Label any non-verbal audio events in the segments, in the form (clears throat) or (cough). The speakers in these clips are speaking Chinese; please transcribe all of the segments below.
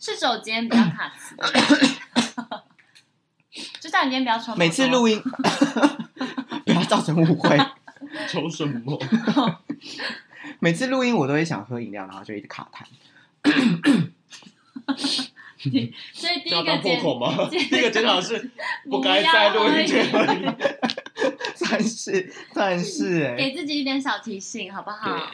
是手尖，不要卡词。就叫你今天不要抽。每次录音 (laughs) 不要造成误会。抽什么？每次录音我都会想喝饮料，然后就一直卡痰。 (laughs) 所以第这要一个当破检口吗？检 (laughs) 第一个检讨是 (laughs) 不该再录不一要遍而已。算是算是哎、给自己一点小提醒，好不好？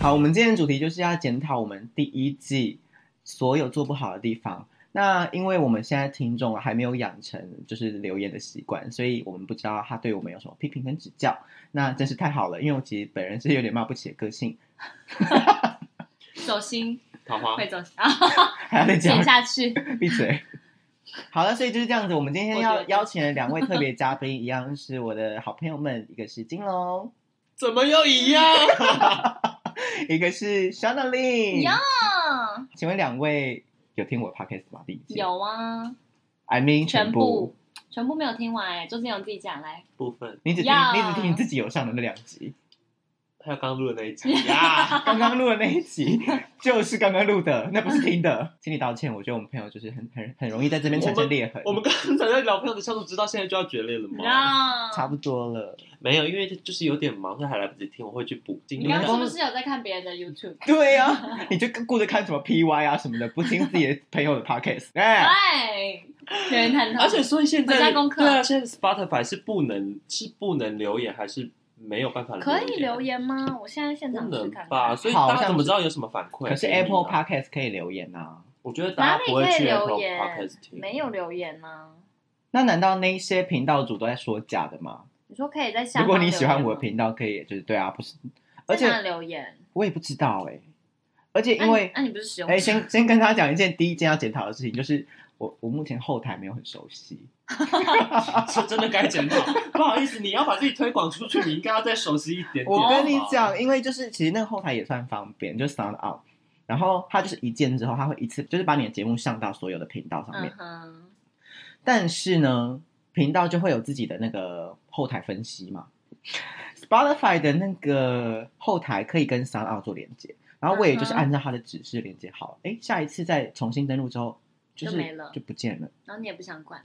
好，我们今天的主题就是要检讨我们第一季所有做不好的地方。那因为我们现在听众还没有养成就是留言的习惯，所以我们不知道他对我们有什么批评跟指教。那真是太好了，因为我其实本人是有点骂不起的个性，走心桃花会走心啊，还要再讲剪下 (laughs) 去。闭嘴。好了，所以就是这样子。我们今天我要觉得邀请的两位特别嘉宾，一样是我的好朋友们，一个是金龙，怎么又一样？一个是 s h a n a l i n 嗯，请问两位有听我的 podcast 吗？第一季有啊， ，I mean 全部部，全部没有听完哎，周杰伦自己讲来。部分你只听呀你只听你自己有上的那两集， (laughs) 还有刚录的那 (laughs) 一集呀，刚刚录的那一集就是刚刚录的，那不是听的，请你道歉。我觉得我们朋友就是很很很容易在这边产生裂痕，我们刚才在聊朋友的相处，直到现在就要决裂了吗？让差不多了。没有，因为就是有点忙，所以还来不及听，我会去补。今你天刚刚的是不是有在看别人的 YouTube？对呀、啊，你就顾着看什么 PY 啊什么的，不听自己的朋友的 podcast，哎、哎，有人探讨，而且所以现在回家功课对啊，现在 Spotify 是不能是不能留言，还是没有办法可以留言言？吗？我现在现不场去能看吧？看。所以好大家像怎么是知道有什么反馈？啊可是 Apple podcast 可以留言啊。我觉得大家不会哪里可去以 Apple 留言 Podcast 听，没有留言呢。那难道那些频道主都在说假的吗？你说可以在下如方果你喜欢留言我的吗，频道，可以就是对啊，不是，而在哪且留言，我也不知道哎、而且那啊因你为那你不是使用哎、先先跟他讲一件第一件要检讨的事情，就是我我目前后台没有很熟悉，是真的该检讨。不好意思，你要把自己推广出去，你应该要再熟悉一点点。我跟你好不好，讲，因为就是其实那个后台也算方便，就是 Sound Out，然后它就是一键之后，它会一次就是把你的节目上到所有的频道上嗯面，哼，但是呢，频道就会有自己的那个后台分析嘛。Spotify 的那个后台可以跟 Sound Out 做连接，然后我也就是嗯哼按照它的指示连接好，哎、下一次再重新登录之后，就是就没了就不见了。然后你也不想管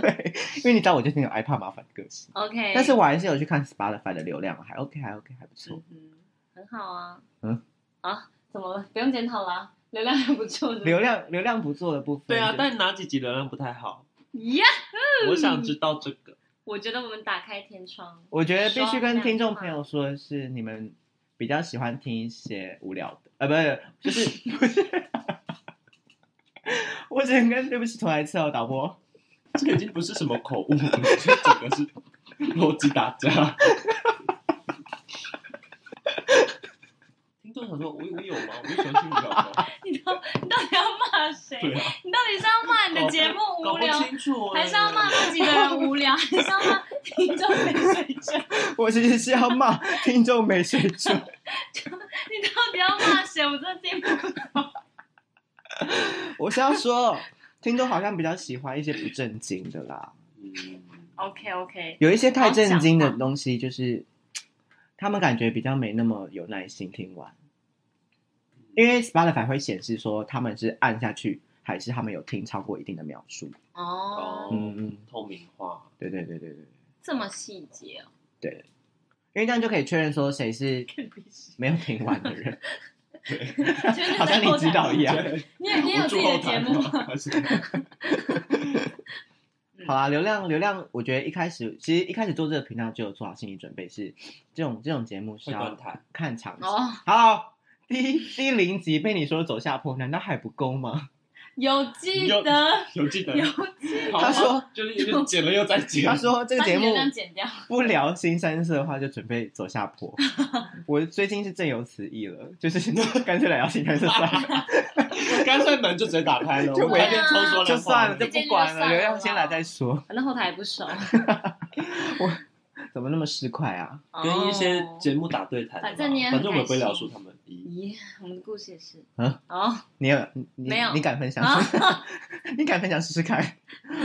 对，因为你知道我就是那种 iPad 麻烦的个性， ，OK，但是我还是有去看 Spotify 的流量，还 OK，还 OK，还不错。嗯哼，很好啊，嗯啊，怎么了？不用检讨啦，流量还不错，流量流量不做的部分，对啊，就但哪几集流量不太好？呀，我想知道这个。我觉得我们打开天窗，我觉得必须双跟量听众化朋友说的是，你们比较喜欢听一些无聊的，呃，不是，就是不是， (laughs) 我只能跟对不起重来一次哦，导播，这个已经不是什么口误，这整个是逻辑打架。听众想说，我我有吗？我有喜欢听无聊吗？你到你到底要骂谁？对啊，你到底是要骂你的节目搞无不聊，清楚欸，还是要骂自己的人无聊，还 (laughs) 是要骂听众没水准？我其实是要骂听众没水准，你到底要骂谁？我真的听不懂。我是要说，哦听众好像比较喜欢一些不正经的啦，嗯？ OK OK，有一些太正经好的讲东西，就是他们感觉比较没那么有耐心听完，因为 Spotify 会显示说他们是按下去，还是他们有听超过一定的描述，哦，嗯嗯。透明化，对对对对对，这么细节哦，因为这样就可以确认说谁是看鼻息。没有听完的 (laughs) 人，就是 (laughs) 好像你指导一样。你也你也有自己的节目我住后吗？台还是好啦，流量流量，我觉得一开始其实一开始做这个频道就有做好心理准备，是这种这种节目是会要断台。看场景。哦，好，第一第零集被你说走下坡，难道还不够吗？有记得有记得有，好啊他说就是就是剪了又再剪，他说这个把节你目流量剪掉。不聊新三色的话，就准备走下坡。我最近是正有此意了，就是 (laughs) 干脆来聊新三色算了。干脆门就直接打开了，就我们那边对啊抽说就亮话算了，就这不件就管算了，了流量啦先来再说。反正后台也不 (laughs) 熟，怎么那么市侩啊？跟一些节目打对台的嘛，反正你也很反正我们开不会聊出心他们一。哦咦，我们的故事也是啊哦，你有你你没有你敢分享？ (laughs) 啊你敢分享试试看？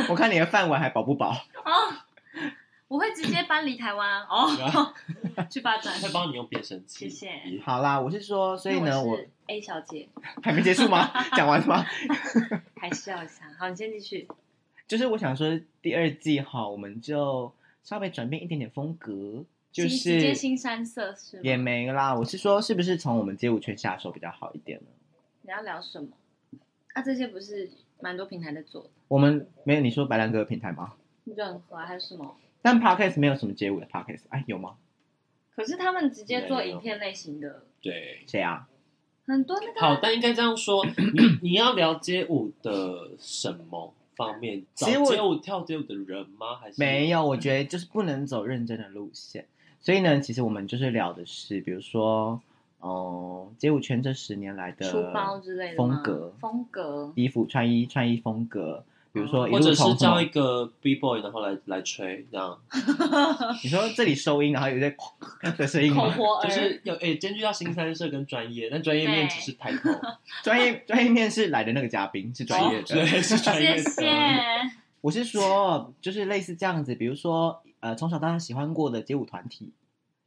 我看你的饭碗还饱不饱？哦，我会直接搬离台湾哦，啊 (laughs) 去发 (laughs) 展。会帮你用变声器。谢谢好啦，我是说，所以呢，那我我是 A 小姐，还没结束吗？ (laughs) 讲完了吗？还笑一下。好，你先继续。就是我想说，第二季哈，我们就稍微转变一点点风格，就新直接是新山色是吗？也没啦。我是说，是不是从我们街舞圈下手比较好一点呢？你要聊什么？啊，这些不是蛮多平台在做的，我们没有你说白兰鸽的平台吗？任何还有什么？但 podcast 没有什么街舞的 podcast，哎，有吗？可是他们直接做没有影片类型的，对，谁啊？很多那个好，但应该这样说，你你要聊街舞的什么方面？找街舞街舞跳街舞的人吗？还是没有，我觉得就是不能走认真的路线。所以呢，其实我们就是聊的是，比如说，哦、街舞圈这十年来的书包之类的吗风格、风格衣服穿衣、穿衣风格，比如说一嗯或路者是从什招么一个 B boy，然后来来吹，这样你说这里收音，然后有些 (laughs) 的声音口 (laughs) 吗？活儿，就是有诶、兼具到新三社跟专业，但专业面只是抬 (laughs) 头，专业专业面是来的那个嘉宾是专业的，对，是专业谢的。谢。我是说就是类似这样子，比如说呃从小到大喜欢过的街舞团体，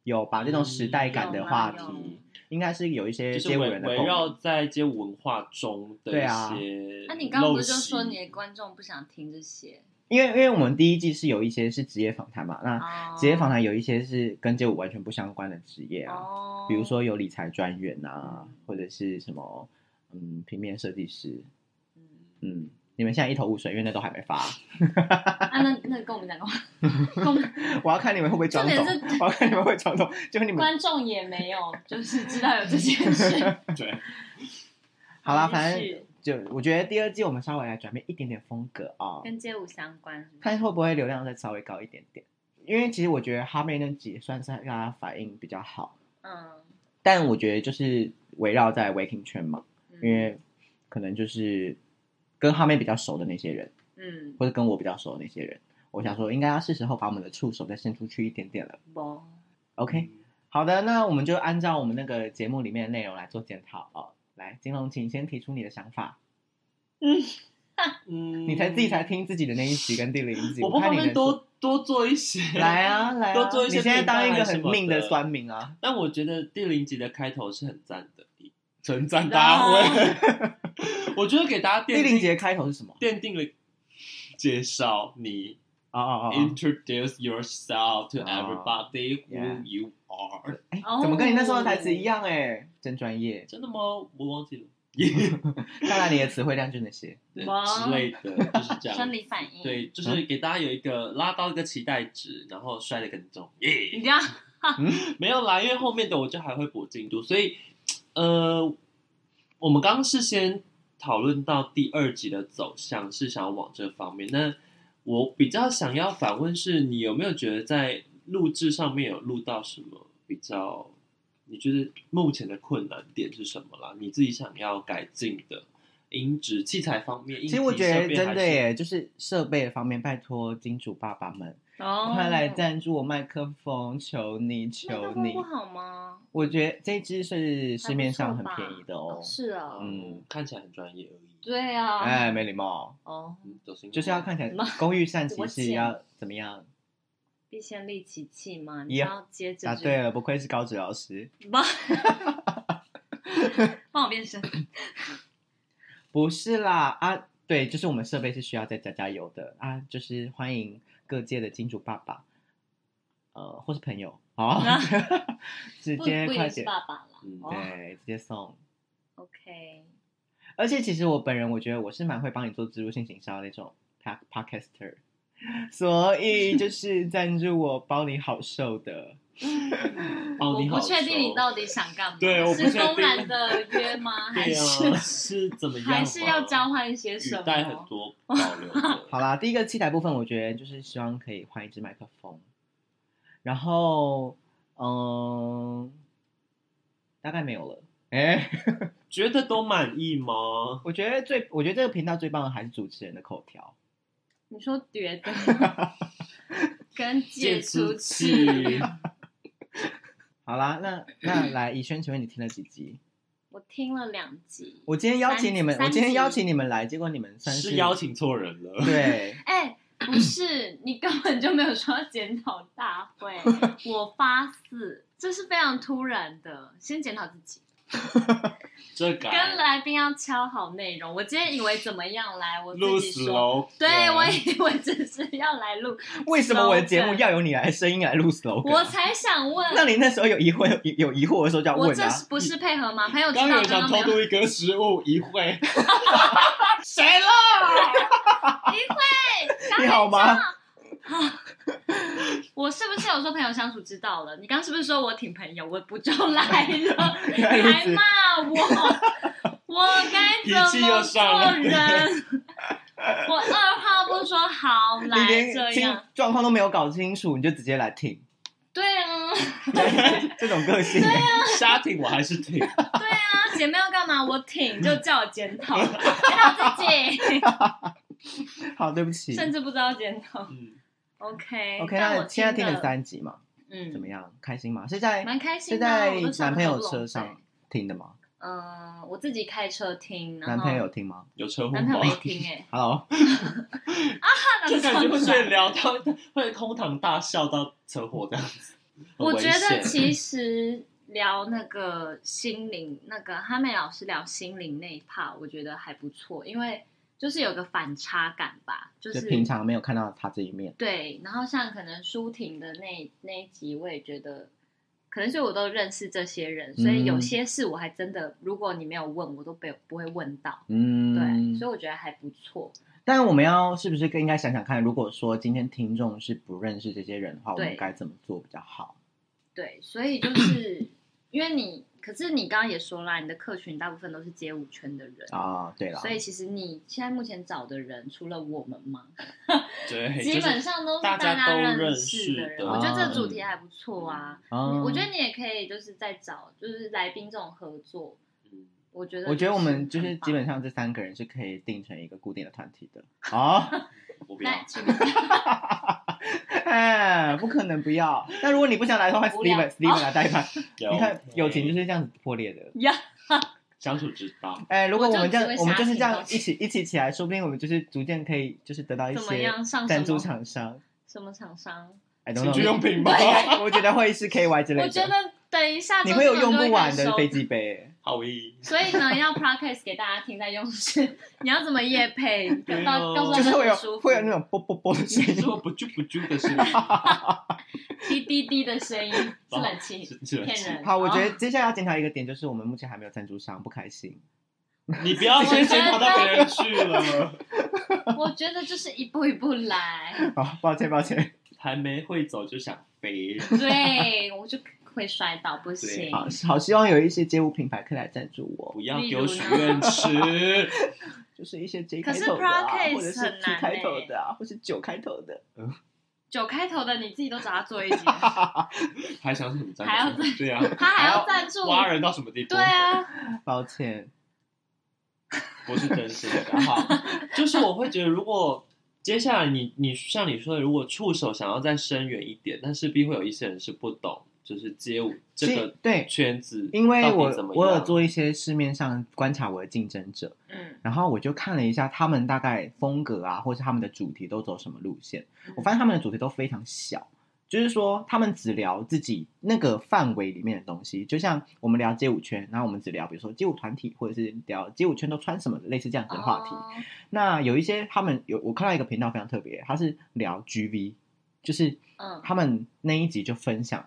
有把这种时代感的话嗯有吗有题，应该是有一些就是街舞围人的围共鸣绕在街舞文化中的对一啊些。那、你刚刚不是就说你？的观众不想听这些？因为因为我们第一季是有一些是职业访谈嘛，那哦，职业访谈有一些是跟街舞完全不相关的职业啊，哦，比如说有理财专员啊，或者是什么嗯平面设计师，嗯，嗯，你们现在一头雾水，因为那都还没发。 (laughs) 啊，那那跟我们讲个话，跟我 (laughs) 们我要看你们会不会装懂重点，我要看你们会装懂，就是你们观众也没有，就是知道有这件事。对， (laughs) 好啦，继反正续就我觉得第二季我们稍微来转变一点点风格啊、跟街舞相关是不是看会不会流量再稍微高一点点。因为其实我觉得哈妹那集算是让大家反应比较好，嗯，但我觉得就是围绕在 waking 圈嘛，嗯因为可能就是跟哈妹比较熟的那些人，嗯，或者跟我比较熟的那些人，我想说应该要是时候把我们的触手再伸出去一点点了。不， OK，好的，那我们就按照我们那个节目里面的内容来做检讨哦。来，金龙，请先提出你的想法。嗯，你才自己才听自己的那一集跟第零集，我我不看方你便能 (laughs) 多多做一些。 (laughs) 来啊来啊，多做一些你现在当一个很评判还是命的什么的酸民 (laughs) 啊，但我觉得第零集的开头是很赞的，很赞然大后会。 (laughs) 我觉得给大家第奠零定集的开头是什么？奠定了介绍你、哦哦哦哦， introduce yourself to 哦 everybody yeah who you are。哎哦，怎么跟你那时候的台词一样哎？真专业，真的吗？我忘记了看来你的词汇量就那些。对哇之类的，就是这哦生样。理反应，，对，嗯就是给大家有一个拉到一个期待值，然后摔得更重。耶、 (laughs) 你这样没有啦，因为后面的我就还会补进度，所以呃，我们刚刚是先讨论到第二集的走向是想要往这方面。那我比较想要反问是，你有没有觉得在录制上面有录到什么比较？你觉得目前的困难点是什么啦？你自己想要改进的音质、器材方面，其实我觉得硬体设备真还的是，耶，就是设备方面，拜托金主爸爸们，哦快来赞助我麦克风，求你那求那会你不！好吗？我觉得这支是市面上很便宜的哦。是啊，嗯，看起来很专业而已。对啊，哎，没礼貌，哦，嗯，走心就是要看起来什么工欲善其我事，剪要怎么样？必先利其器嘛，一你样要接着答就对了，不愧是高职老师。帮 (laughs) 帮我变身，不是啦啊，对，就是我们设备是需要再加加油的啊，就是欢迎各界的金主爸爸，呃，或是朋友， (laughs) 好，直不接不一快定是点，爸爸啦嗯，哦对，直接送。 ，OK，而且其实我本人，我觉得我是蛮会帮你做植入性行销的那种 pod podcaster，所以就是赞助我包你好受的。哦，我你不好确定熟你到底想干嘛，对我不是确定公然的约吗？还对是啊，是怎么样啊？ (laughs) 还是要交换一些语什么？带很多保留的。好啦，第一个器材部分，我觉得就是希望可以换一支麦克风，然后嗯，大概没有了。哎、觉得都满意吗？我觉得最，我觉得这个频道最棒的还是主持人的口条。你说觉 (laughs) 得跟解除出器，好啦，那那来，以轩，请问你听了几集？我听了两集，我今天邀请你们，三我今天三集邀请你们来，结果你们算是邀请错人了。对，哎、不是，你根本就没有说要检讨大 (laughs) 会，我发誓，这是非常突然的。先检讨自己，这啊跟改来宾要敲好内容。我今天以为怎么样来，我录自己死说。喽。对，我以为只是要来录，为什么我的节目 slogan 要由你来声音来录 slogan？我才想问，那你那时候有疑惑有有疑惑的时候就要我问这啊。是不是配合吗？朋友知刚刚道有刚想刚没偷有。渡一个食物，一会谁啦？ (laughs) 刚你好吗？我是不是有说朋友相处之道了？你刚刚是不是说我挺朋友？我不就来了？你 (laughs) 原来还如此骂我，我该怎脾气又么上做来人？我二话不说，好你来连这清样，状况都没有搞清楚，你就直接 (laughs) 来听，对啊，这种个性，瞎挺我还是挺，对啊，姐妹要干嘛？我挺就叫我检讨，检讨自己， (laughs) 好，对不起。甚至不知道检讨。嗯， OK OK，但我那现在听了了，三集嘛，怎嗯，么样？开心吗？是在蛮开心是的啊。在我都想男得朋合友不拢车嘴上听的吗？嗯，我自己开车听，然后男朋友听吗有车祸男朋 (laughs) 友吗没？ (laughs) 听哎、 ？Hello，欸，就感觉会算被聊到，会哄堂大笑到车祸这样子。很我危觉得险其实聊那个心灵，那个哈妹老师聊心灵那一 part，我觉得还不错，因为就是有个反差感吧，就就是平常没有看到他这一面，对，然后像可能舒婷的那那一集，我也觉得。可能是我都认识这些人，所以有嗯些事我还真的，如果你没有问，我都被不会问到。对，嗯，所以我觉得还不错。但我们要是不是更应该想想看，如果说今天听众是不认识这些人的话，我对们该怎么做比较好？对，所以就是因为你，可是你刚刚也说啦，你的客群大部分都是街舞圈的人，啊，对了，所以其实你现在目前找的人，除了我们嘛，对，基本就是上都是大家家都认识的识人。的我觉得啊这主题还不错啊，嗯我觉得你也可以就是在找就是来宾这种合作，嗯我觉得我觉得我们就很是棒基本上这三个人是可以定成一个固定的团体的。哦 (laughs) 好、我不要来，请你哎，不可能不要。那如果你不想来的话 (laughs) 无聊，Steven Steven 来代班。有你看友情就是这样子破裂的。呀，相处之道，哎，如果我我就只们这样，会我们就是这瞎样听一起一起起来，说不定我们就是逐渐可以就是得到一怎么些样上什赞助么厂商。什么厂商？哎，等情等趣，用品吧，我觉得会是 KY 之类的。我觉得等一下你周会有志勇用就不开完始的收飞机杯。好意。所以呢，要 podcast 给大家听在用是，你要怎么夜配，对告哦告诉就是会他有们舒服，会有那种啵啵啵的声你音，说不啾不啾的声音，滴滴滴的声音，是冷气， (laughs) 是是骗人。好，我觉得哦接下来要检讨一个点，就是我们目前还没有赞助商，不开心。你不要先检讨到别人去 (laughs) 了，我觉得就是一步一步来。好，抱歉抱歉。还没会走就想飞。对，我就会摔倒，不行对。好，好，希望有一些街舞品牌可以来赞助我不，要例给如我呢许愿池， (laughs) 就是一些 J 可开是头的、啊， Podcast 或者是很 T 难开欸头的、啊，或是九开头的。九开头的你自己都找他做 (laughs) 一集，还想什么赞助？还要再对啊，他还要赞助。挖人到什么地步？对啊，抱歉，不是真心的哈。就是我会觉得，如果接下来你你像你说的，如果触手想要再深远一点，但势必会有一些人是不懂，就是街舞这其个实对，圈子因为到底怎我么样我有做一些市面上观察我的竞争者，嗯，然后我就看了一下他们大概风格啊，或是他们的主题都走什么路线。我发现他们的主题都非常小，就是说他们只聊自己那个范围里面的东西，就像我们聊街舞圈，然后我们只聊比如说街舞团体，或者是聊街舞圈都穿什么，类似这样子的话题。哦那有一些他们有我看到一个频道非常特别，他是聊 GV，就是嗯他们那一集就分享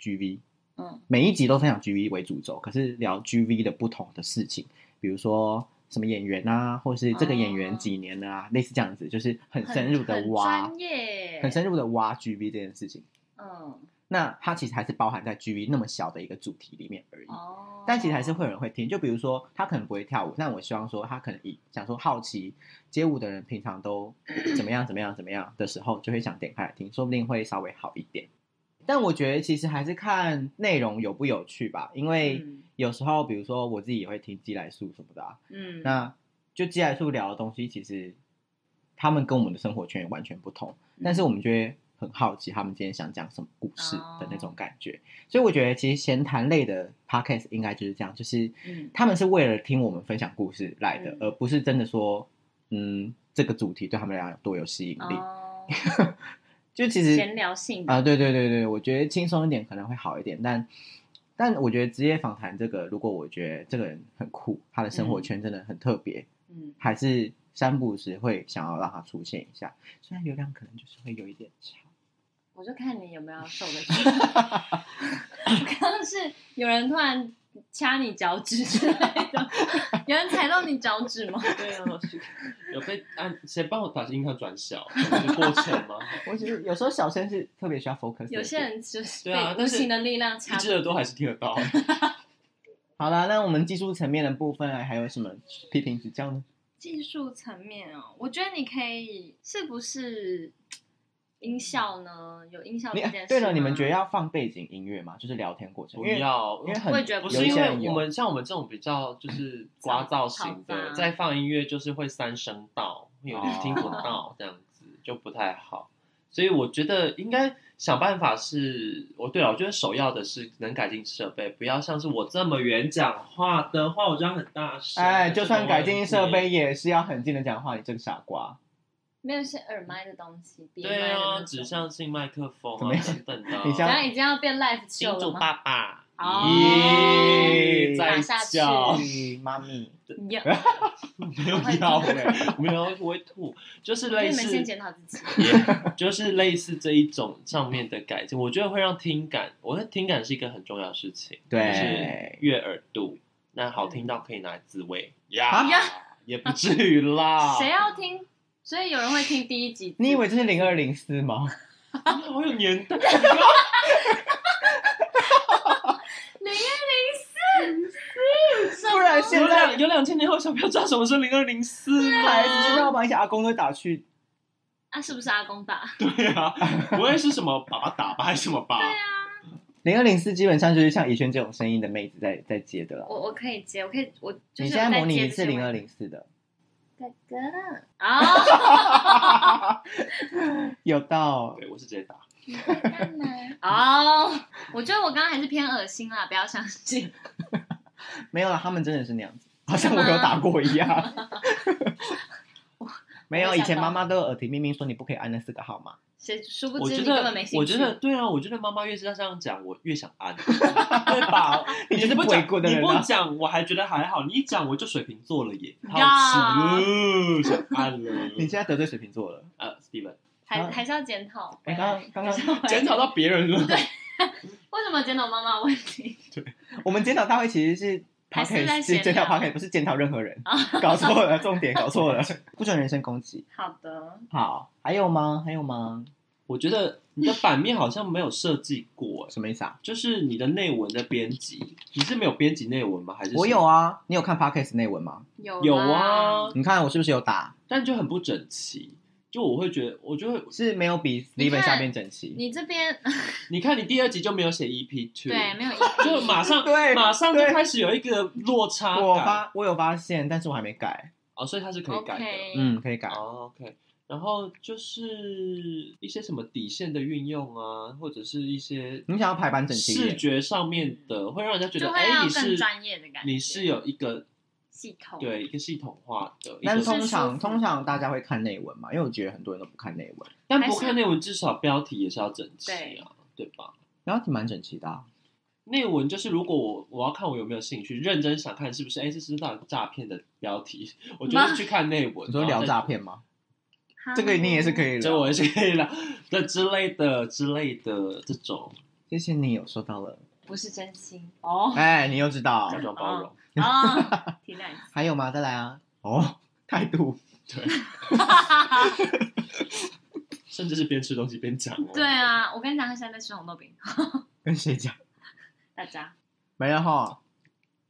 GV，嗯每一集都分享 GV 为主轴，可是聊 GV 的不同的事情，比如说什么演员啊，或是这个演员几年了啊，类似这样子，就是很哦很深入的很挖，专业，很深入的挖 GV 这件事情。嗯那它其实还是包含在 GV 那么小的一个主题里面而已。哦，但其实还是会有人会听，就比如说他可能不会跳舞，但我希望说他可能以想说好奇街舞的人平 (clears throat) 常都怎么样怎么样怎么样的时候，就会想点开来听，说不定会稍微好一点。但我觉得其实还是看内容有不有趣吧，因为嗯有时候比如说我自己也会听鸡来素什么的、啊，嗯那就鸡来素聊的东西，其实他们跟我们的生活圈也完全不同，嗯但是我们就会很好奇他们今天想讲什么故事哦的那种感觉。所以我觉得，其实闲谈类的 podcast 应该就是这样，就是嗯他们是为了听我们分享故事来的，嗯而不是真的说，嗯，这个主题对他们来讲有多有吸引力。哦哦， (laughs) 就其实闲聊性的啊，对对对对，我觉得轻松一点可能会好一点，但但我觉得职业访谈这个，如果我觉得这个人很酷，他的生活圈真的很特别，嗯，还是三不五时会想要让他出现一下，虽然流量可能就是会有一点差。我就看你有没有受得 (laughs) 住。我刚刚是有人突然掐你脚趾之类 (laughs) 的，有人踩到你脚趾吗？对啊，是有被按谁帮我把音量转小？有过程吗？我觉得有时候小声是特别需要 focus 的一点。有些人就是对啊被无但是形的力量一掐只耳朵还是听得 (laughs) 到。好啦，那我们技术层面的部分啊还有什么批评指教呢？技术层面哦，我觉得你可以是不是音效呢？有音效这你件事吗对了，你们觉得要放背景音乐吗？就是聊天过程，不因为要，因为我很也觉得不不是有一因些人为有我们像我们这种比较就是刮噪型嘈的，杂再放音乐就是会三声道，有点听不到这样子，就不太好。所以我觉得应该想办法是，我对了，我觉得首要的是能改进设备，不要像是我这么远讲话的话，我这样很大声。哎，这就种算改进设问备题，也是要很近的讲话，你这个傻瓜。没有一些耳麦的东西，别麦对的那啊，种指向性麦克风怎么啊样等等的啊。你怎像样已经要变 live 金秀主了吗？爸爸，哦咦打在下去叫。咦妈咪，呀没有要欸，没有我会吐，就是所以类 (laughs) 你们似先，检讨自己。 (laughs) 也就是类似这一种上面的改进，我觉得会让听感，我觉得听感是一个很重要的事情，就是对，悦耳度，那好听到可以拿来自慰呀啊，呀，也不至于啦。谁啊要听？所以有人会听第一集。 (laughs) (laughs) 你以为这是零二零 (laughs) 四吗？好有年代？零二零四？不然现有在啊两有两千年后小朋友知道什么是零二零四孩子知吗？道吗？一些阿公都打去，啊，是不是阿公 (laughs) 打？对啊，不会是什么爸爸打吧，还是什么吧？啊零二零四基本上就是像怡轩这种声音的妹子在在接的了。我我可以接，我可以，我就是你有现在模拟接一次这些零二问题零四的，哥哥 (laughs) 啊，有到对，我是直接打。干嘛？哦，我觉得我刚刚还是偏恶心啦，不要相信。 (laughs) 没有啦，他们真的是那样子，好像我有打过一样。没有，以前妈妈都有耳提面命说你不可以按那四个号码。谁殊不我知觉你根本得没，兴趣。我觉得对啊，我觉得妈妈越是要这样讲，我越想按，对吧？你就是不鬼讲谷，的你人不啊！讲我还觉得还好，你一讲我就水瓶座了耶，好呀奇了，想按了。你现在得罪水瓶座了。呃，Steven 还还是要检讨。啊哎，刚刚 (laughs) 刚刚检讨到别人了，对为什么检讨妈妈的问题？我们检讨大会其实是 p 还 o c a 是在闲 s t 是检讨聊 p o c a s t 不是检讨任何人，搞错了，重点搞错了，不准人身攻击。好的，好，还有吗？还有吗？我觉得你的版面好像没有设计过，哎什么意思啊？就是你的内文的编辑，你是没有编辑内文吗？还是我有？啊，你有看 p o c a s t 内文吗？有有啦啊，，你看我是不是有打？但就很不整齐。就我会觉得，我就会，是没有比 Steven 下边整齐。你这边你看你第二集就没有写 EP two，对，没有意就马上对马上就对开始有一个落差我感发我有发现，但是我还没改。哦，所以它是可以改的。 OK，嗯，可以改。哦，OK。然后就是一些什么底线的运用啊，或者是一些你想要排版整齐一视点，觉上面的，会让人家觉就得，会让哎，你更是专业的感觉。你是有一个系统，对一个系统化的，一但个是通常舒服通常大家会看内文嘛，因为我觉得很多人都不看内文，但还不是看内文，至少标题也是要整齐对啊，对吧？然后挺蛮整齐的、啊。内文就是，如果我我要看我有没有兴趣，认真想看是不是，哎，这是到底诈骗的标题，我就妈是去看内文。你说然后聊再诈骗吗？哈嗯这个你也是可以这聊。我是可以了，那之类的之类的这种，谢谢你有收到了，不是真心哦哎，你又知道假。装包容。(laughs) (laughs) 啊，挺 nice。还有吗？再来啊！哦， (laughs) 态度，甚至是边吃东西边讲、哦。对，啊，我跟你讲，他现在在吃红豆饼，跟谁讲？大家没了哈，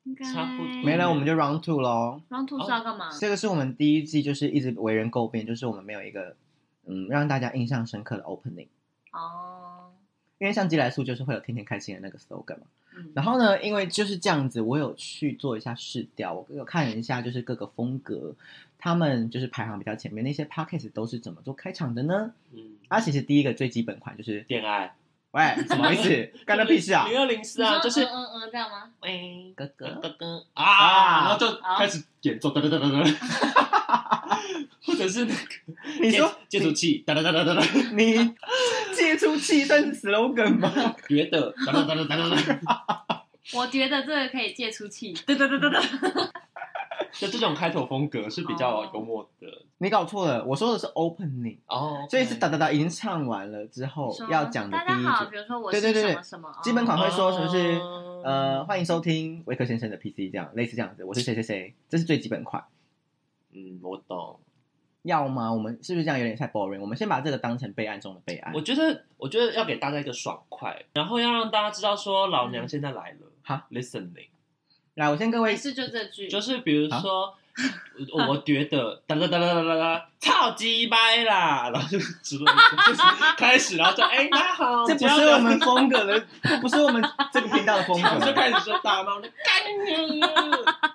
应该差不多没了，我们就 round two 喽。 round two 是要干嘛？这个是我们第一季就是一直为人诟病，就是我们没有一个嗯让大家印象深刻的 opening。哦，因为像寄来素就是会有天天开心的那个 slogan 嘛，嗯然后呢，因为就是这样子，我有去做一下试调，我有看一下就是各个风格，他们就是排行比较前面那些 podcast 都是怎么做开场的呢？嗯，啊，其实第一个最基本款就是恋爱喂，什么意思？干他屁事 (laughs) 啊！零二零四你啊，说就是嗯嗯嗯这样吗？喂哥哥 (laughs) 哥，哥啊，啊然后就开始演奏，哒哒哒哒哒，或者 (laughs) 者是那个你说接接触器，哒哒哒哒哒哒，你借出气算 slogan 吗？ (laughs) 觉得哒哒哒哒哒哒 (laughs) 哒，我觉得这个可以借出气，对对对对对，就这种开头风格是比较幽默的你搞错了，我说的是 opening，哦，所以是哒哒哒已经唱完了之后说要讲的大第家一好，句，比如说我对是对对什对么什么，基本哦款会说什么是哦呃，欢迎收听维克先生的 PC，这样类似这样子，我是谁谁谁，这是最基本款。嗯，我懂。要吗？我们是不是这样有点太 boring？我们先把这个当成备案中的备案我。觉得，我觉得要给大家一个爽快，然后要让大家知道说老娘现在来了。好，listening，来，我先各位哎还是就这句，就是比如 (laughs) 说，我我觉得哒哒哒哒哒哒哒，操鸡掰啦，然后就之类的，就是开始，然后就哎，大家好，这不是我们风格的，这不是我们这个频道的风 (laughs) 我们就格，开始说大妈，我们就干你，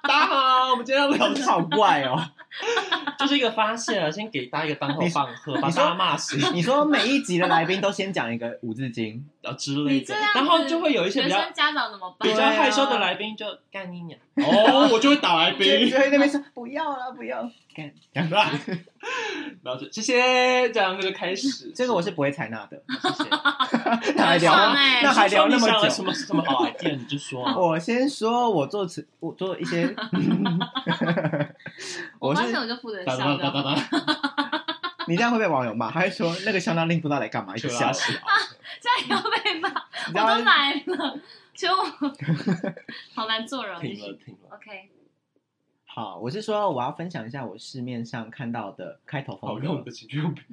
大家好，我们今天要聊你好怪哦！就是一个发泄了，先给大家一个当头棒喝，把你说大家骂醒，你说每一集的来宾都先讲一个五字 (laughs) 经，然后之类你这的，样子，然后就会有一些学比较生家长怎么办比？较对啊害羞的来宾就干你娘，哦，我就会打来就宾就，会那边说 (laughs) 不要了，不要，干这 (laughs) 样然后就谢谢，这样就开始。嗯这个我是不会采纳的，谢谢。那还聊啊很爽欸那还聊那你想么了什久。么什么好 idea 你就说啊。哦我先说，我做词，我做一些，我我发是现我就负责哒笑哒哒哒的，哒，你这样会被网友骂，他会说那个相当令不知道来干嘛，一直就笑拉，屎啊！这样要被骂，你我知道都吗？来了，求 (laughs) 我好难做人。停了停了， OK，好，我是说我要分享一下我市面上看到的开头好风格用。的情趣用品。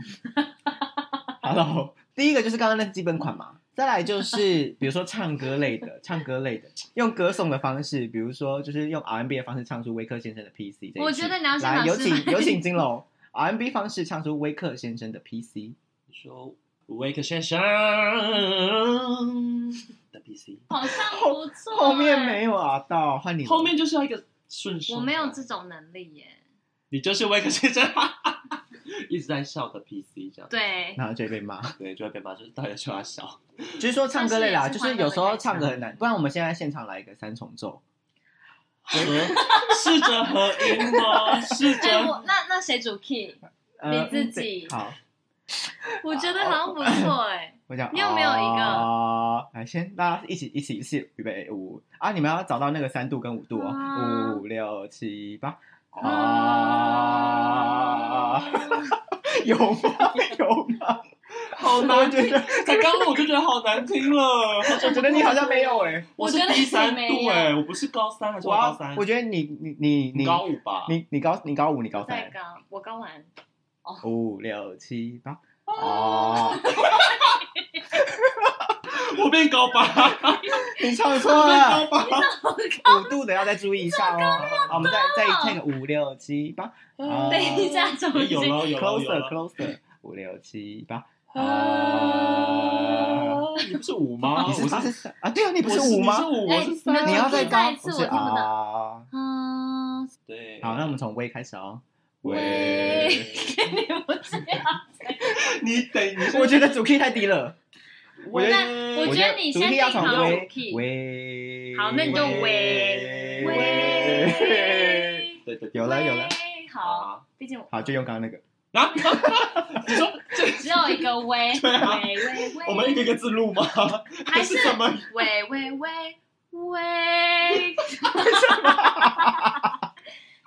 Hello，第一个就是刚刚那基本款嘛，再来就是 (laughs) 比如说唱歌类的，唱歌类的，用歌颂的方式，比如说就是用 R&B 的方式唱出威克先生的 PC 这一曲。我觉得你要先来把有示请范有请金龙 R&B 方式唱出威克先生的 PC。你说 Wake 先生的 PC，好像不错。欸后面，没有啊，到换你了后面就是要一个顺手。我没有这，种能力耶。你就是 Wake 先生， (laughs) 一直在笑的 PC 这样。对，然后就会被骂。对，就会被骂，就是到底说他笑。就是说唱歌类 (laughs) 啦，但就是也是是有时候唱歌很难，不然我们现在现场来一个三重奏。合试着合音吗？试哎，着我那那谁主 key？呃你自己好，我觉得好像不错哎。我讲。你有没有一个哦来，先大家一起一起一起预备五啊！你们要找到那个三度跟五度啊哦，五六七八。啊啊， (laughs) 嗯有吗？ (laughs) 有吗？好我难觉听，得，才刚录我就觉得好难听了。我觉得你好像没有哎。我是觉得第你三没度有哎，我不是高三还是我我高要三，？我觉得你你你你你高五啊吧。你你高你高五，你高再三，高，我高完。五六七八。哦， (laughs) 我变高 (laughs) 八，你唱错了。我 (laughs) 五度的要再注意一下哦。好，我们再再 take 五六七八啊嗯等一下，怎么有了有了有，closer 了。 closer，五六七八。啊，啊！你不是五吗？你我是八是三啊？对啊，你不是我五吗？你是五，我哎是三。你你要再再高，一次不是我听不到啊。啊，对，好， (laughs) 那我们从 V 开始哦。喂，你不这样。你等，你我觉得主 key 太低了。我觉那我我觉得你主先 key 定要从好主 V key。 V。好那你就喂喂。喂，对对对 (laughs) 有了有了，喂好，，毕竟我好，就用刚刚那个。啊！你说这只有一个喂 (laughs) 喂对啊喂喂，我们一个一个字录吗？哎还是怎么？喂喂喂喂，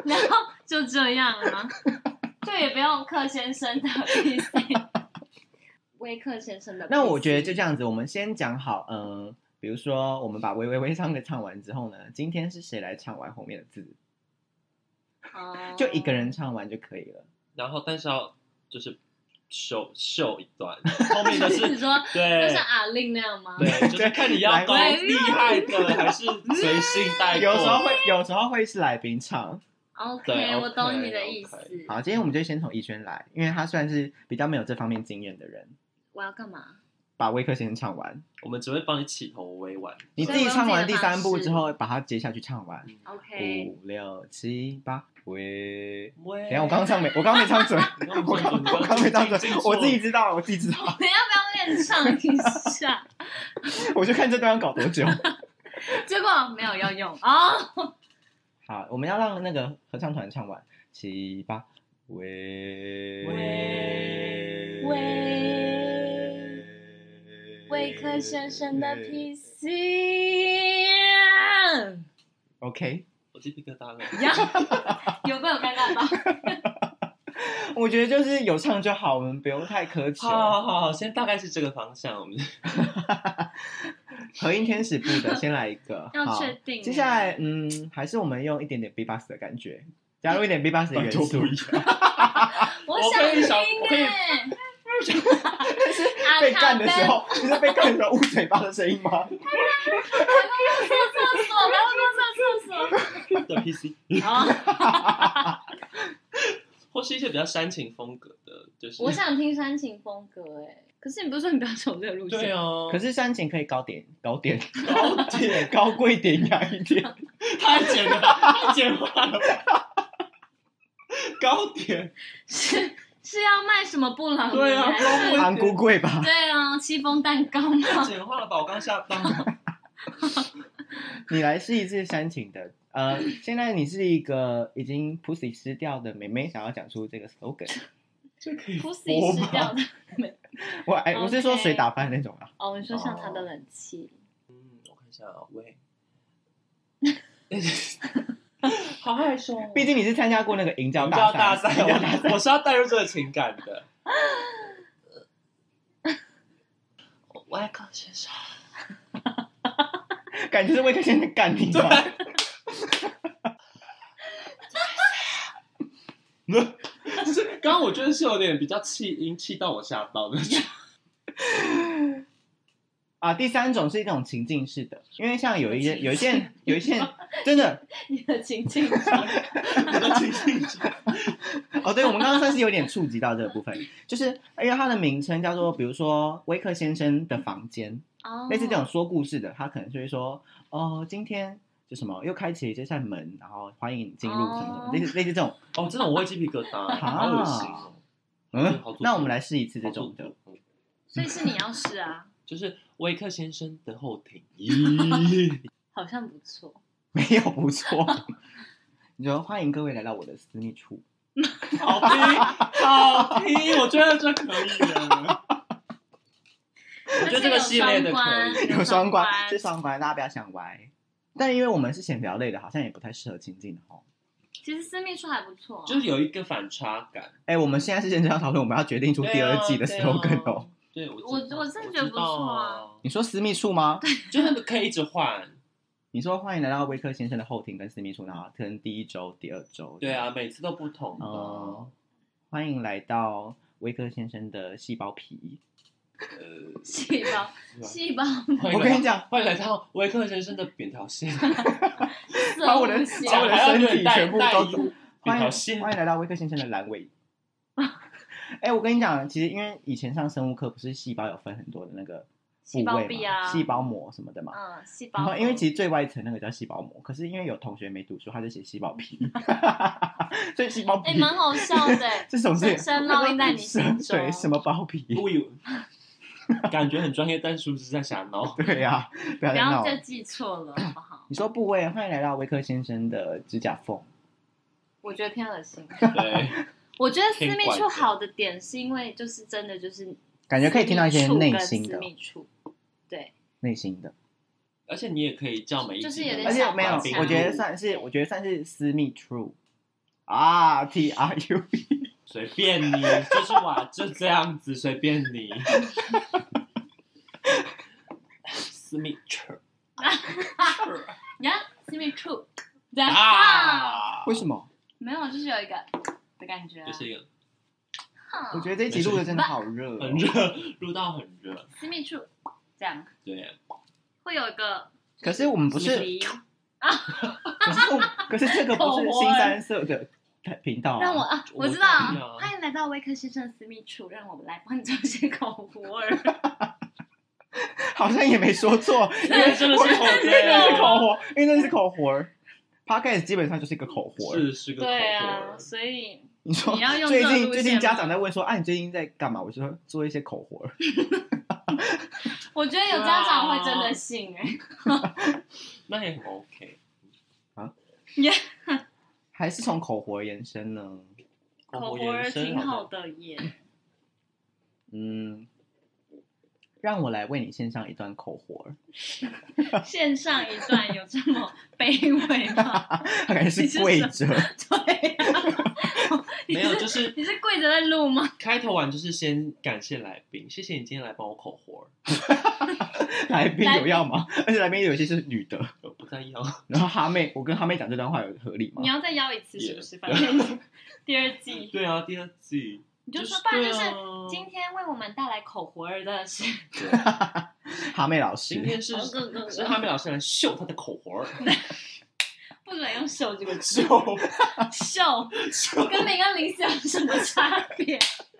然后就这样啊，就也不用克先生的意思，威克先生的意思。那我觉得就这样子，我们先讲好，嗯，比如说我们把《微微微唱歌》唱完之后呢，今天是谁来唱完后面的字，哦就一个人唱完就可以了。然后但是要就是秀秀一段，后面的 (laughs) 是你说就对像阿令那样吗？对，就是看你要高来厉害的还是随性带过。有时候会，有时候会是来宾唱。对 OK， ，OK，我懂你的意思。好，今天我们就先从逸轩来，因为他算是比较没有这方面经验的人，我要干嘛？把威克先唱完，我们只会帮你起头委婉。你所自以己我用唱自己完的第三步方式之后，把它接下去唱完。 OK，五六七八，喂。喂，等一下，我刚刚唱没，我刚刚没唱 (laughs) 准，我刚我刚刚没唱准，我自己知道，我自己知道，你要不要练唱一下？ (laughs) 我就看这段要搞多久。 (laughs) 结果没有要用哦。好，我们要让那个合唱团唱完，七八喂喂喂魏克先生的 PC。 OK，我鸡皮疙瘩了。呀， (laughs) 有没有尴尬到？我觉得就是有唱就好，我们不用太苛求。好好好好，现在大概是这个方向。我们和音天使部的，先来一个。要好确定。接下来，嗯，还是我们用一点点 B b o x 的感觉，加入一点 B b o x 的元素。我我想可以听想我可以哎。阿被干的时候，就是被干的时候捂嘴巴的声音吗？厕所，不要上厕所。的 PC，好，或是一些比较煽情风格的，就是我想听煽情风格哎，可是你不是说你不要走这个路对啊线？哦，可是煽情可以高点，高点，高点高贵典雅一点。太简了，太简化了吧。高点，是是要卖什么布朗尼？对啊还是高韩国贵吧？对啊，戚风蛋糕吗？太简化了吧！我刚下班，你来试一次煽情的。呃，现在你是一个已经 pussy 失掉的妹妹，想要讲出这个 slogan。这可以 pussy 吃掉的。我哎，我是说 OK 水打翻那种啊。哦，你说像他的冷气，嗯，我看一下啊，喂，好害羞哦。毕竟你是参加过那个营我教们叫大大赛，赛营教大，我我是要带入这个情感的。呃我爱康先生，感觉是魏克先生干 (laughs) 你吧？就是刚刚我觉得是有点比较气音，气到我吓到的。啊，第三种是一种情境式的，因为像有一些情有一件有一件真的你的情 (laughs) 境我的情境剧哦，对，我们刚刚算是有点触及到这个部分，就是因为它的名称叫做，比如说威克先生的房间，哦，类似这种说故事的，他可能就会说，哦，今天就什么又开启了这扇门，然后欢迎你进入什么什么，类似类似这种， (laughs) 哦，真的我会鸡皮疙瘩，好恶心哦。嗯好，那我们来试一次这种好的恐，怖，所以是你要试啊，就是威克先生的后庭。好像不错。 (laughs) 没有不错。 (laughs) 你说欢迎各位来到我的私密处，好听，好听，我觉得这可以 (laughs) 了。我觉得这个系列的可而且以。有双关关，是双关，大家不要想歪。但因为我们是闲聊类的，好像也不太适合情境哦。其实私密处还不错，啊就是有一个反差感。哎、我们现在是认真要讨论，我们要决定出第二季的对啊 slogan 哦。。对啊对，我我知道我真的觉得不错啊，你说私密处吗？ (laughs) 我知道就是可以一直换。你说欢迎来到威克先生的后庭跟私密处，然后可能第一周、第二周。对啊，每次都不同的。哦，欢迎来到威克先生的细胞皮。呃，细胞细胞我欢迎来到跟你，讲，欢迎来到维克先生的扁桃腺。色把我的物线把我的身体全部都带带欢扁迎桃腺欢迎来到威克先生的阑尾。 (laughs) 哎、我跟你讲，其实因为以前上生物课，不是细胞有分很多的那个部细位胞嘛，壁啊，细胞膜什么的嘛。嗯，细然胞后，壁，因为其实最外层那个叫细胞膜，可是因为有同学没读书，他就写细胞 (laughs) 皮，所以细胞皮，哎，蛮好笑的 (laughs) 这种事深深烙印在你心中 (laughs) 对，什么包皮？(laughs) 不有，感觉很专业，但是不是在瞎闹？对呀、不要不再要闹再了。记错了，好不好？你说部位，欢迎来到威克先生的指甲缝。我觉得偏恶 (laughs) 心。对，我觉得私密处好的点是因为就是真的就是感觉可以听到一些内心私的、密处，对，内心的，而且你也可以叫每一集就是有点而且小没有，小我觉得算是，我觉得算是私密 true 啊，T R U，随便你，就是哇，就这样子，随便 (laughs) 你。私密处 (laughs) 你看私密处，对啊，啊，为什么？没有，就是有一个的感觉啊就。是一个哼我觉得这一集录的真的好热、哦，很热，录到很热，私密处这样对，会有一个可是我们不是，离可是我可是这个不是新三色的频道、啊，让我啊，我知我啊知道道，欢迎来到威克先生的私密处，让我们来帮你做一些口 (laughs) 活儿。好像也没说错，因为真 (laughs) 的是口因为那是对口活，因为那是口活儿。Podcast 基本上就是一个口活儿。是是个口对活啊，，所以你说你要用最这个近路最线近家吗长在问说，啊，你最近在干嘛？我就说做一些口活儿。我觉得有家长会真的信哎、那也很 OK。还是从口活延伸呢？口活活儿延伸挺好好像的耶。嗯，让我来为你献上一段口 (laughs) 活儿，线上一段有这么卑微 (laughs) 吗？他感觉是跪你是着。对啊，你 (laughs) 没有，就是啊你是跪着在录吗？开头完就是先感谢来宾，谢谢你今天来帮我口活儿，来宾有要吗？而且来宾有些是女的。我不在意哦。然后哈妹，我跟哈妹讲这段话有合理吗你？要再邀一次是不是？反正第二 (laughs) 季 (laughs) 对啊，第二季你就说，不然对就是啊，今天为我们带来口活儿的是哈妹老今师，天是哦更更是哈妹老师来秀她的口活儿， (laughs) 不准用秀这个字秀， (laughs) 秀秀跟每个零食有什么差别？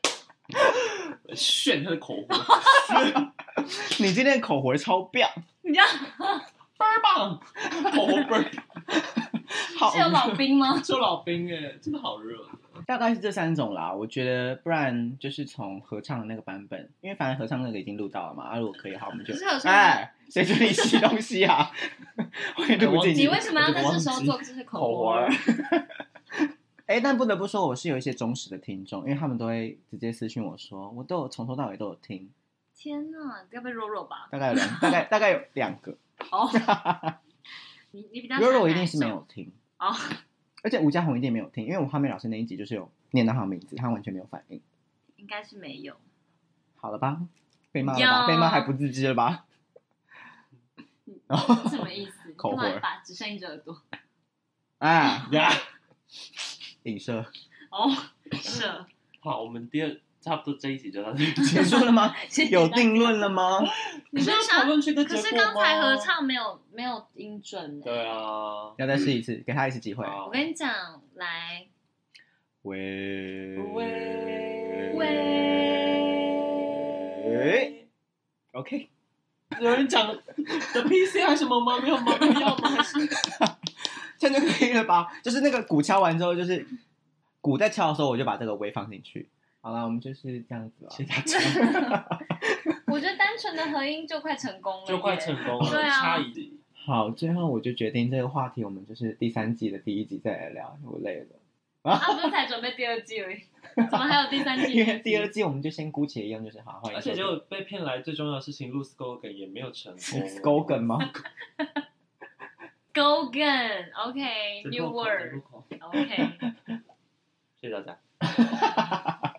(laughs) 炫她的口活儿，你今天的口活儿超棒，你知道倍儿棒，口活儿倍儿好是有老兵 (laughs) 吗？秀老兵哎，真的好热。大概是这三种啦，我觉得不然就是从合唱的那个版本，因为反正合唱那个已经录到了嘛。啊，如果可以的话，我们就可是合唱哎，谁准你吸东 (laughs) 西啊？我也录不进你去哎。为什么要在这时候做这是口活儿？哎，但不得不说，我是有一些忠实的听众，因为他们都会直接私信我说，我都有从头到尾都有听， (laughs) 天哪，该不会弱弱吧？大概有两，大概大概有两个。 (laughs) 哦，你你比较喜欢 Roro 一定哪是没种有听哦，而且吴家红一定没有听，因为我哈妹老师那一集就是有念到他的名字，他完全没有反应。应该是没有。好了吧，被骂了吧，有嗯被骂还不自知了吧？然后什么意思？你口干活嘛把只剩一只耳朵？啊， (laughs) 呀，影射哦，是， (laughs) 好，我们第二差不多这一集就到这里。 (laughs) 结束了吗？有定论了吗？你们讨想，论区的结可果是刚才合吗。唱没有没有音准呢。欸对啊，要再试一次，给他一次机会。好我跟你讲，来，喂喂喂，OK，有人讲的 PC 还是什么吗？没有吗？不要吗？还是这样就可以了吧？就是那个鼓敲完之后，就是鼓在敲的时候，我就把这个喂放进去。好了，我们就是这样子啊了。谢谢大家，我觉得单纯的合音就快成功了耶， (laughs) 就快成功了，对啊差一 (laughs) 点。好，最后我就决定这个话题，我们就是第三季的第一集再来聊，我累了。 (laughs) 啊，不是才准备第二季而已，怎么还有第三季？因为第二季我们就先姑且一样，就是好，欢迎而且结果被骗来最重要的事情，录 slogan 也没有成功。狗梗吗？ Go again，OK，New、这 New 路口这 word，OK，、路口 OK 谢谢大家。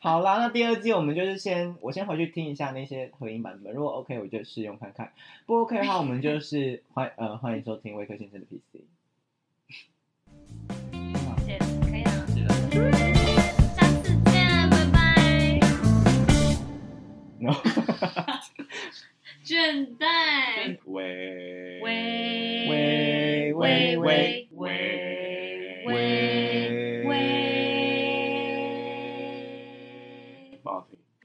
好啦，那第二季我们就是先，我先回去听一下那些合音版本，如果 OK 我就试用看看，不 OK 的话我们就是 (laughs) 欢呃欢迎收听威克先生的 PC。谢谢可以了，谢谢大家。下次见，拜拜。然后倦怠，喂喂喂喂喂喂喂。